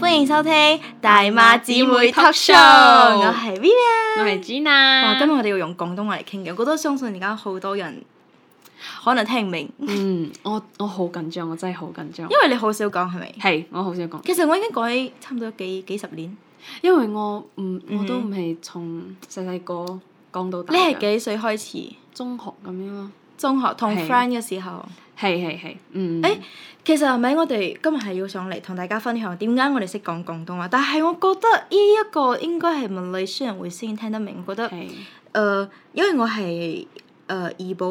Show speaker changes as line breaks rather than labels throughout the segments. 歡迎收聽大馬姊妹 Talk Show，我係 Vivian。
我係 Gina。
哇，今日我哋要用廣東話嚟傾嘅，我覺得相信而家好多人可能聽唔明，
嗯，我我好緊張，我真係好緊張。
因為你好少講係咪？
係，我好少講，
其實我已經改差唔多幾幾十年。
因為我唔我都
嗯
唔係從細細個講到大
你
㗎。
係幾歲開始？
中學咁樣咯？
中學同
係
friend 嘅時候，
係係係，嗯。
誒其實係咪我哋今日係要上嚟同大家分享點解我哋識講廣東話？但係我覺得呢一個應該係馬來西亞人會先聽得明，我覺得。
係
誒、呃因為我係誒怡保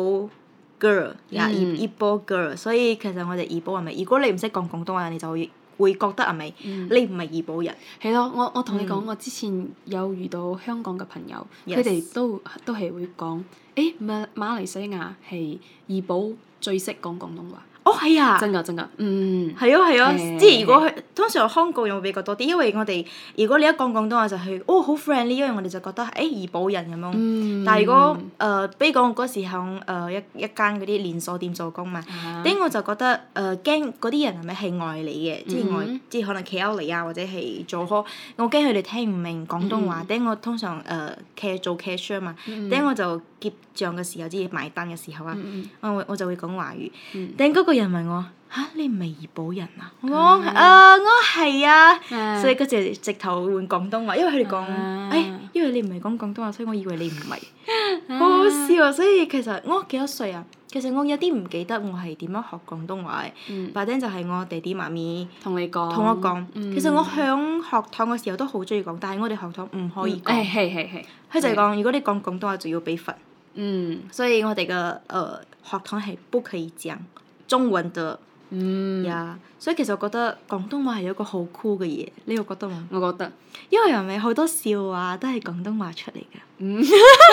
girl，呀怡
嗯
怡保 girl，所以其實我哋怡保係咪？如果你唔識講廣東話，你就會會覺得係咪？
嗯
你唔係怡保人，
係咯，我我同你講，
嗯
我之前有遇到香港嘅朋友，
Yes
佢哋都都係會講，誒馬馬來西亞係怡保最識講廣東話，
哦係啊，
真㗎真㗎，嗯。
係啊係啊，
誒
即係如果佢通常香港人會比較多啲，因為我哋如果你一講廣東話就係哦好 friendly，因為我哋就覺得誒怡保人咁樣。
嗯
但係如果誒、比如講我嗰時候誒、一一間嗰啲連鎖店做工嘛，
啊
咁我就覺得誒驚嗰啲人係咪係外嚟嘅，即係外
嗯
即係可能 KL 嚟啊，或者係做開，我驚佢哋聽唔明廣東
嗯
話。等我通常誒 c 做 cashier 嘛，等我就結帳嘅時候，即係埋單嘅時候啊，
嗯
我會我就會講華語
嗯。
等嗰個人問我吓，你唔係怡保人啊？我講啊我係啊，
嗯
所以嗰時直頭換廣東話，因為佢哋講
啊
誒，因為你唔係講廣東話，所以我以為你唔係。
嗯
好好笑啊！所以其實我幾多歲啊？其實我有啲唔記得我係點樣學廣東話嘅，
嗯
但係就係我爹哋媽咪
同你講，
同我講。
嗯
其實我響學堂嘅時候都好中意講，但係我哋學堂唔可以
嗯誒
講。
係係係，
佢就係講，如果你講廣東話就要俾罰，
嗯
所以我哋嘅誒學堂係不可以講中文的
嗯，
呀。所以其實我覺得廣東話係一個好酷嘅嘢，你又覺得冇？
我覺得，
因為人咪好多笑話都係廣東話出嚟嘅。
嗯，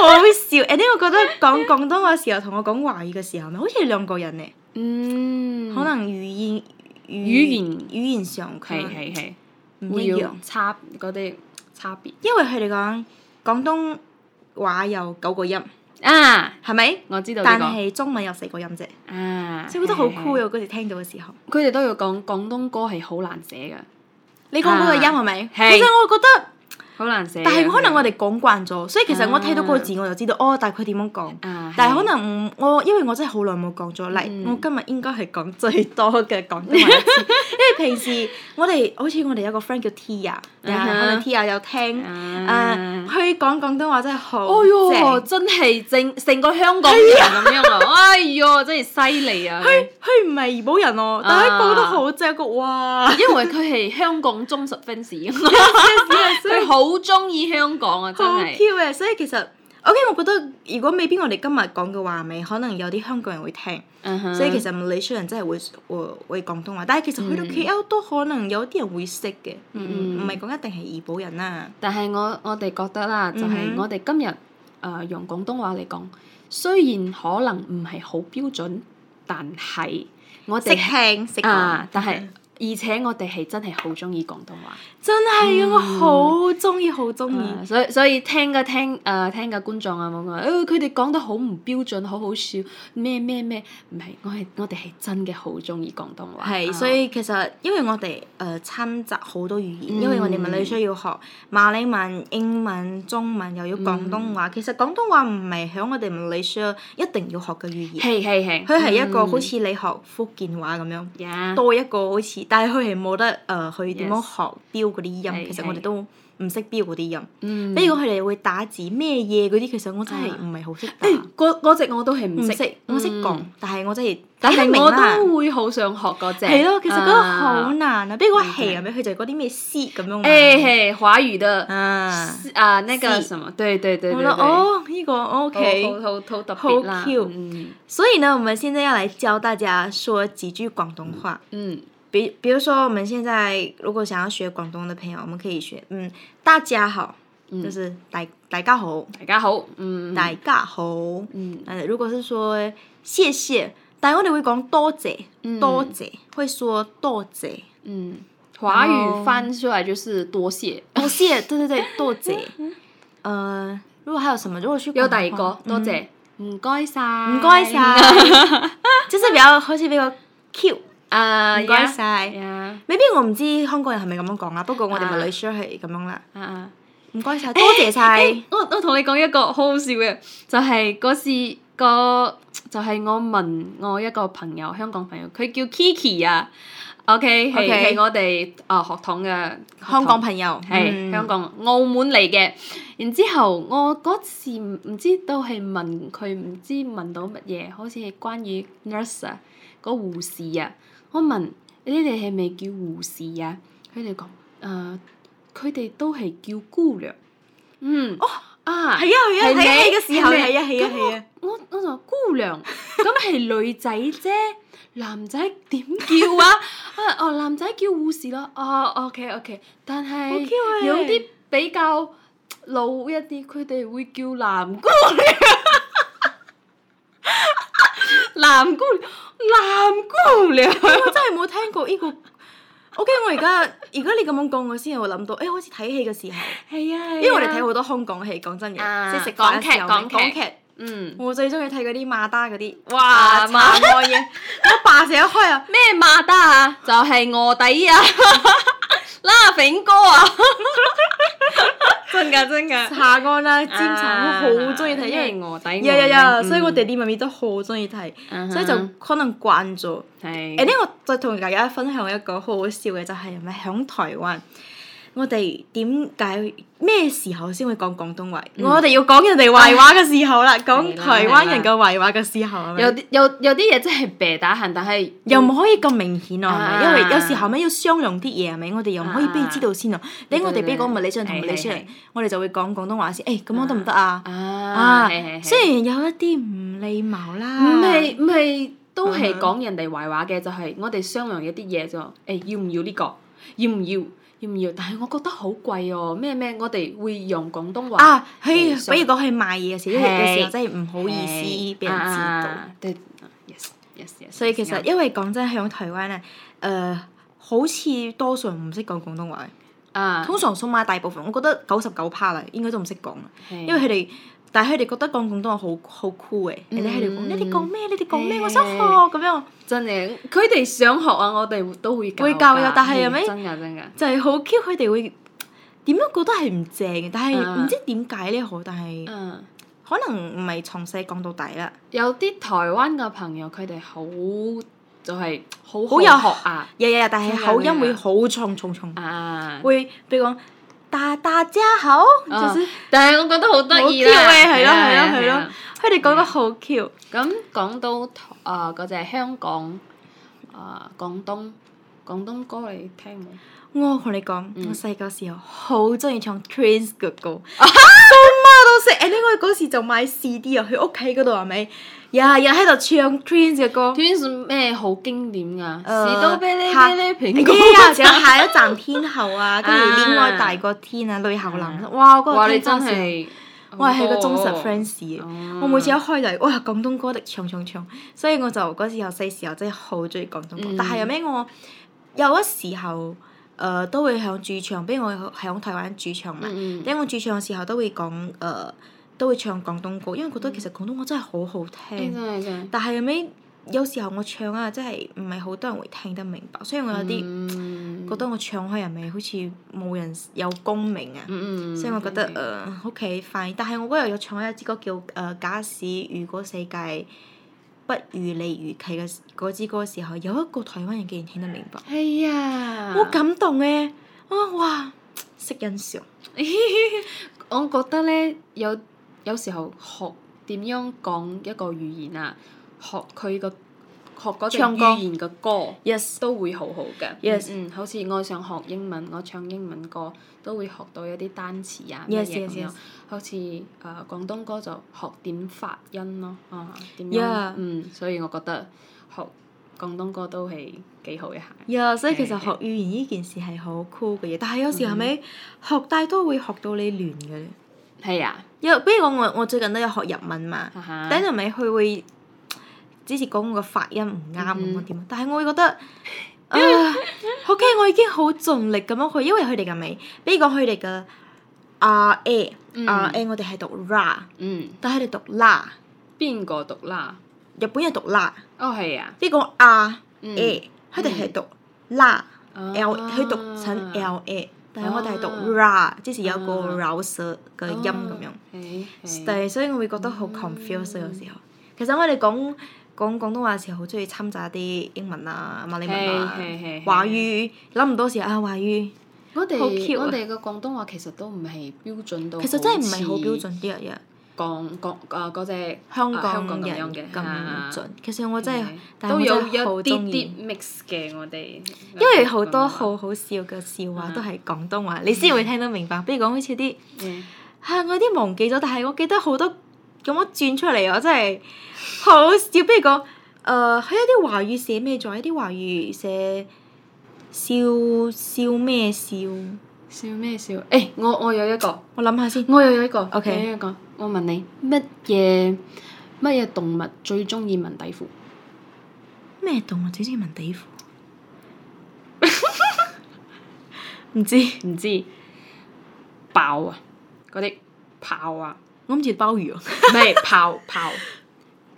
好好笑！and then 我覺得講廣東話嘅時候同我講華語嘅時候咪好似係兩個人嚟，
嗯，
可能語言語
語言
語言上佢
係係係，
唔
會
一樣
有，差嗰啲差別
因為佢哋講廣東話有九個音，
啊，
係咪？
我知道呢
但
個
係中文有四個音啫，
啊，
所以覺得好
係係
酷有嗰時聽到嘅時候，
佢哋都要講廣東歌係好難寫㗎，
你講嗰個音係咪？其
啊係
實我覺得，
好難寫㗎。
但係可能我哋講慣咗，所以其實我睇到嗰個
啊
字我就知道，哦，大概點樣講。
啊，
但係可
係
能唔我因為我真係好耐冇講咗，嚟、
嗯
我今日應該係講最多嘅廣東話一次，因為平時我哋好似我哋有個 friend 叫 Tia，但係可能
啊哈
Tia 有聽，誒
啊
佢講廣東話真係好
哦喲，
正，
真係正成個香港人咁樣啊！哎喲，真係犀利啊！佢
佢唔係怡保人喎，但係佢講得好正個，哇！
因為佢係香港忠實 fans，佢好中意香港啊！真
好
係
Q 嘅，所以其實 OK，我覺得如果未必我哋今日講嘅話，咪可能有啲香港人會聽。
嗯哼，
所以其實馬來西亞人真係會會會廣東話，但係其實去到 KL 都可能有啲人會識嘅，
嗯
唔係講一定係怡保人啦。
但係我我哋覺得啦，就係、
嗯哼
我哋今日誒、呃用廣東話嚟講，雖然可能唔係好標準，但係我
識
哋係
聽識講
啊，，但係而且我哋係真係好中意廣東話，
嗯真係啊！我好中意，好中意。
啊所以所以聽嘅聽誒、呃、聽嘅觀眾啊冇講，誒佢哋講得好唔標準，好好笑咩咩咩，唔係我係我哋係真嘅好中意廣東話，
係，
啊
所以其實因為我哋誒參雜好多語言，
嗯
因為我哋馬來西亞要學馬來文、英文、中文，又要廣東話。其實廣東話唔係響我哋馬來西亞一定要學嘅語言，
係係係，
佢係一個
嗯
好似你學福建話咁樣。
呀
多一個好似，但係佢係冇得誒、呃去點樣
啊 Yes
學標嗰啲音，
係
其實
係
我哋都唔識標嗰啲音。
嗯
比如講佢哋會打字咩嘢嗰啲，其實我真係
啊
唔係好識打，
誒嗰嗰隻我都係唔
唔
識，
識我識
嗯
講，但係我真係
但係
聽明
我
啦
都會好想學嗰隻。
係咯，其實覺得好
啊
難啊！比如講
嗯
戲咁樣，佢就係嗰啲咩詩咁樣嘛。
誒嘿，華語的
啊，
啊，那個
C
什麼，對對對
我覺
對
得
對，
哦，呢個我
好
OK。
好好好特
好
別啦，
cute
嗯
所以呢，我們現在要來教大家說幾句廣東話。
嗯
比比如說，我们现在如果想要学广东的朋友，我们可以学嗯，大家好，
嗯
就是大大家好，
大家好，嗯
大家好。嗯、
嗯
如果是说谢谢，但我哋会讲多谢，
嗯
多谢，会说多 谢，
嗯，華語翻出來就是多謝，
多谢，对对对，多谢。呃，如果还有什么，如果去
有第
广
二
东
個
话
多，謝，唔該晒，哎
嗯唔该晒，就是比较好似比较 cute，
啊，
唔該
呀
晒啊
呀
未必我唔知香港人係咪咁樣講啦，不過我哋咪女 share 係咁樣啦。
啊啊！
唔該晒，多謝晒。
我我同你講一個好好笑嘅，就係嗰次個就係我問我一個朋友，香港朋友，佢叫 Kiki 啊，OK 係
OK
係我哋啊學堂嘅
香港朋友，
係
嗯
香港澳門嚟嘅。然之後我嗰次唔唔知道係問佢唔知問到乜嘢，好似係關於 nurse 啊，嗰護士啊，我問你哋係咪叫護士啊？佢哋講誒，佢哋都係叫姑娘。嗯。
哦
啊，
係啊係啊
係
睇戲嘅
你
時候
係你
係啊係啊
咁我
係啊
我我就話姑娘， 咁係女仔啫，男仔點叫啊？ 啊哦，男仔叫護士咯，哦 OK OK，但
好 Q
係
啊
有啲比較老一啲，佢哋會叫男姑 娘，男姑娘，男姑娘，
我真係冇聽過呢個。O.K. 我而家而家你咁樣講，我先有諗到，誒、好似睇戲嘅時候，
係啊，
因為我哋睇
好，
好多香港戲，講真嘅，
啊
即係食飯嘅時候，
港
港
劇港劇
劇，
嗯，
我最中意睇嗰啲馬打嗰啲，查
哇，馬
案嘢，我爸成日開 啊，
咩馬得啊？就係卧底 啊，拉炳哥啊， 真噶真噶，
查案啦、偵查，我好中意睇，因為
咩卧底案
有
呢，
有有，所以我
啊嗯
哋啲媽咪都好中意睇，
嗯哼
所以就可能慣咗。
係
誒呢，我再同大家分享一個好好笑嘅，就係咪喺台灣，我哋點解咩時候先會講廣東話？
嗯
我哋要講人哋壞話嘅時候 啦，講台灣人嘅壞話嘅時候，係咪
有啲有有啲嘢真係啤打痕，但係
又唔可以咁明顯啊，係咪？因為
啊
有時候咪要商量啲嘢係咪？我哋又唔可以俾人知道先啊。等我哋俾講物理上同物理上
係係係，
我哋就會講廣東話先。誒咁樣得唔得啊？
啊
啊
係係，係
雖然有一啲唔禮貌啦，
唔係唔係都係
嗯哼
講人哋壞話嘅，就係我哋商量一啲嘢就誒要唔要呢個，要唔要要唔要？但係我覺得好貴哦，咩咩我哋會用廣東話。
啊，佢
係
比如講去賣嘢嘅時候，因為有時候
係
真係唔好意思俾人知道。
啊對，yes yes yes。
所以其實因為講真，喺台灣咧，誒、好似多數人唔識講廣東話嘅，
啊，
通常數碼大部分，我覺得九十九 p 啦，應該都唔識講啦，因為
佢
佢哋。但係佢哋覺得講廣東話好好酷嘅，人哋喺度講
嗯
你哋講咩？你哋講咩？
係
我想學咁樣，
真嘅，佢哋想學啊，我哋都會
會教㗎但係係咪
真㗎真㗎，
就係好 Q。佢哋會點樣覺得係唔正嘅？但係
啊
唔知點解呢？好，但係
嗯，
可能唔係從細講到大啦。
有啲台灣嘅朋友佢哋好就係好
好有
學啊
日日日，但係口音會好重重重，
啊！
會比如講大大家好，
啊
就是
但係我覺得好得意
好 cute
啦，
嘅係咯係咯
啊
係咯。
啊啊
佢哋講得好 Q。
咁講到啊嗰隻香港啊廣東廣東歌你聽冇？
我同你講，
嗯
我細個時候好中意唱 Twins 嘅歌，到媽都識。誒，呢我嗰時就買 CD 啊，去屋企嗰度係咪？日日喺度唱 Twins 嘅歌。
Twins 咩好經典㗎？
呃
士多啤梨
下
啤梨蘋果
啲啊，仲有
茶
下一站天后 啊，跟住戀愛大過天啊，淚喉男，哇！嗰
哇！
個
你
聽
真
翻時，
係
我係佢個忠實
哦
fans 嘅。
哦
我每次一開就係哇廣東歌的唱唱唱，所以我就嗰時候細時候真係好中意廣東歌，
嗯
但係後尾我有一時候誒、呃都會響駐唱，比如我響台灣駐唱嘛，
嗯嗯
因為我駐唱嘅時候都會講誒、呃都會唱廣東歌，因為覺得其實廣東歌真係好好
真
聽，
係真係
但係後尾有時候我唱啊，真係唔係好多人會聽得明白，所以我有啲
啲
覺得我唱開人咪好似冇人有共鳴啊。
嗯嗯，
所以我覺得
明白
誒 OK fine，但係我嗰日有唱一支歌叫誒、呃假使如果世界不如你預期嘅時嗰支歌嘅時候，有一個台灣人竟然聽得明白，
係呀，
好感動嘅，啊哇！識欣賞，
我覺得咧，有有時候學點樣講一個語言啊，學佢個學嗰隻
唱歌
語言嘅歌
Yes
都會好好嘅。
Yes
嗯，嗯好似我想學英文，我唱英文歌都會學到一啲單詞啊，乜
Yes,
嘢
yes,
咁樣
yes。
好似誒、呃、廣東歌就學點發音咯，啊點
Yeah
樣？嗯，所以我覺得學廣東歌都係幾好一下。
呀所以其實
誒
學語言呢件事係好酷嘅嘢，但係有時係咪學大都會學到你亂嘅咧？
係啊，
有，比如講我我最近都有學日文嘛，
哈哈
等陣咪佢會只是講我個發音唔啱咁
嗯
樣點，但係我會覺 得。啊，OK，我已經好盡力咁樣去，因為佢哋嘅尾，比如講佢哋嘅 R A
嗯
R A，我哋係讀 ra，
嗯，
但係佢哋讀啦，
邊個讀啦？
日本人讀啦，
哦，係啊，
比如講 R
嗯
A 佢哋係讀啦
啊哦
L，佢讀成 L A，但係我哋係
啊
讀 ra，即是有一個
啊
row 舌嘅音
哦
咁樣。
係係
但係所以我會覺得好
嗯
confused 有時候。其實我哋講講廣東話嘅時候，好中意侵雜啲英文啊、馬來文啊
係係係係、
華語，諗唔到時啊華語，
我哋
好 cute 啊
我哋嘅廣東話其實都唔係標準到，
其實真係唔係好標。準啲人嘅，
港港啊嗰只
香
啊香港
港
咁
人
樣嘅
咁
啊
準。其實我真係
嗯，
但係
都
我
有
真
一
係好
啲
中意
啲。mix 嘅我哋，
因為好多
好
好好笑嘅笑話
嗯
都係廣東話，你先會聽得明白。比如講好似啲
嗯
嚇啊我有啲忘記咗，但係我記得好多咁樣轉出嚟，我真係好笑。比如講誒，佢、有啲華語寫咩咗？有啲華語寫笑笑咩笑？
笑咩笑？誒，我我有一個，
我諗下先。
我又有一個
OK
有一個，我問你乜嘢乜嘢動物最中意聞底褲？
咩動物最中意聞底褲？唔知，
唔知爆啊，嗰啲炮啊，
我諗住鮑魚啊。
唔係 炮炮，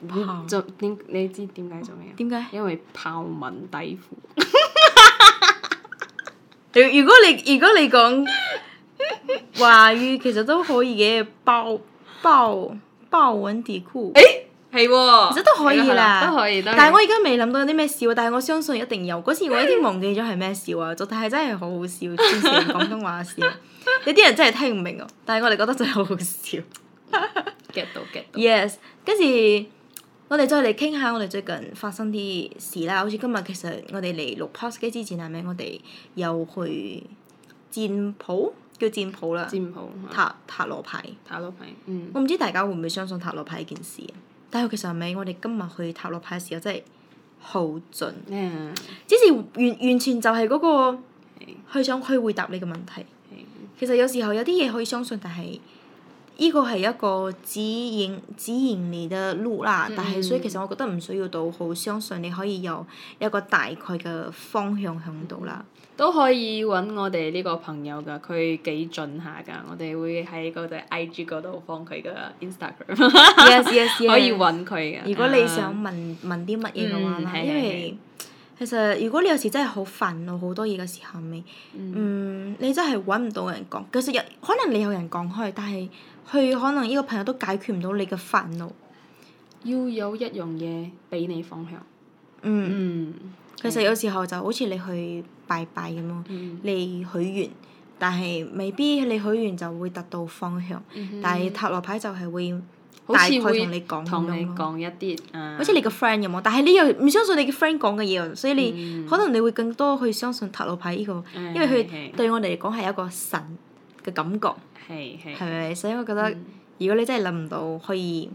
炮
就點你知點解做咩啊？
點解？
因為炮聞底褲。
如果你如果你講華語，其實都可以嘅，包包包揾底褲。
係喎，
其實都可以
係
啦
都可以。都可以
但係我而家未諗到有啲咩笑，但係我相信一定有。嗰時我有啲忘記咗係咩笑 啊，就但係真係好好笑，之前廣東話 笑，有啲人真係聽唔明啊，但係我哋覺得真係好好笑。
get 到 get 到。
Yes，跟住我哋再嚟傾下我哋最近發生啲事啦，好似今日其實我哋嚟錄 p o s t 之前係咪我哋又去占卜叫占卜啦，
知唔好塔
塔塔羅牌。
塔羅牌，嗯，
我唔知大家會唔會相信塔羅牌呢件事，啊但係其實係咪我哋今日去塔羅牌嘅時候真係好準，
嗯
只是完完全就係嗰、個
係
佢想去回答你嘅問題。
係
其實有時候有啲嘢可以相信，但係呢個係一個指引指引你嘅路啦。
嗯
但係所以其實我覺得唔需要到好相信，你可以有一個大概嘅方向向度 啦。
都可以揾我哋呢個朋友㗎，佢幾盡下㗎，我哋會喺嗰隻 IG 嗰度放佢嘅 Instagram，
yes yes yes。
可以揾佢㗎。
如果你想問問啲乜嘢嘅話啦，
嗯嗯係
因為其實如果你有時真係好煩惱好多嘢嘅時候，咪嗯你真係揾唔到人講。其實有可能你有人講開，但係佢可能呢個朋友都解決唔到你嘅煩惱。
要有一樣嘢俾你方向，
嗯，
嗯，
其實有時候就好似你去拜拜咁咯，
嗯，
你許願，但係未必你許願就會達到方向。
嗯
但係塔羅牌就係會
好
大
似
概同
會
你講
同你
咁樣咯。
講一啲，啊
好似你個 friend 咁咯，但係你又唔相信你嘅 friend 講嘅嘢喎，所以你。
嗯
可能你會更多去相信塔羅牌呢、個，
因
因為佢對我哋嚟講係一個神嘅感覺，
嗯係係
係咪？所以我覺得
嗯
如果你真係諗唔到，可以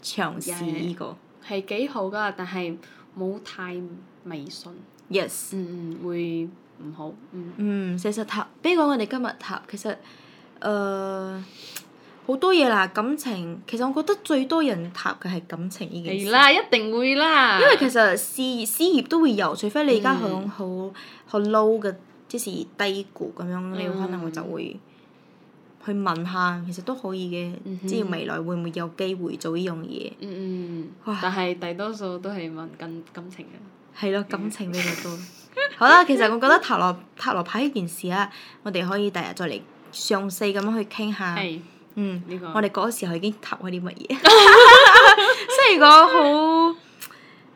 嘖嘗試呢、個。
係幾好㗎，但係冇太迷信，
Yes，
嗯嗯會唔好，嗯
嗯，其實塔，比如講我哋今日塔，其實誒呃好、多嘢啦，感情，其實我覺得最多人塔嘅係感情呢件
係
事。
啦，一定會啦，
因為其實事業事業都會有，除非你而家響
啊嗯
好好 low 嘅，即是低谷咁樣，你可能會
嗯
就會去問下，其實都可以
嗯
嘅，
哼
即係未來會唔會有機會做呢樣嘢？
嗯嗯
哇，
但係大多數都係問感感情嘅，
係咯，感情比較多。 好啦，其實我覺得塔羅塔羅牌呢件事啊，我哋可以第日再嚟詳細咁樣去傾下。
係哦
嗯，
呢個
我哋嗰時候已經塔開啲乜嘢， 雖然講好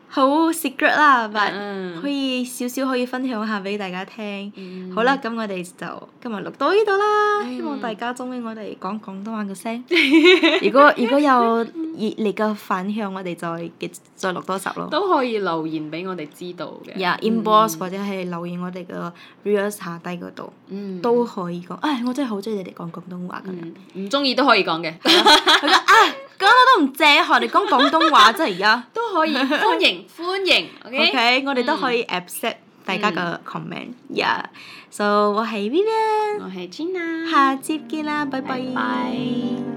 好 secret 啦，but
嗯
可以少少可以分享下俾大家聽。
嗯
好啦，咁我哋就今日錄到呢度啦，
嗯
希望大家中意我哋講廣東話嘅 聲。如果如果有熱烈嘅反響，我哋再嘅再錄多集咯。
都可以留言俾我哋知道嘅，
呀 inbox 或者係留言我哋嘅 reels 下低嗰度
嗯
都可以講。唉，我真係好中意你哋講廣東話咁樣。
嗯唔中意都可以講嘅，
講得都唔正，學你講廣東話啫而家。
都 可以嗯歡迎歡迎
OK，我哋都可以 accept 大家
嗯
嘅 comment。Yeah，so 我係 Vivian，
我係 Gina，
下節見啦，拜拜。
嗯拜拜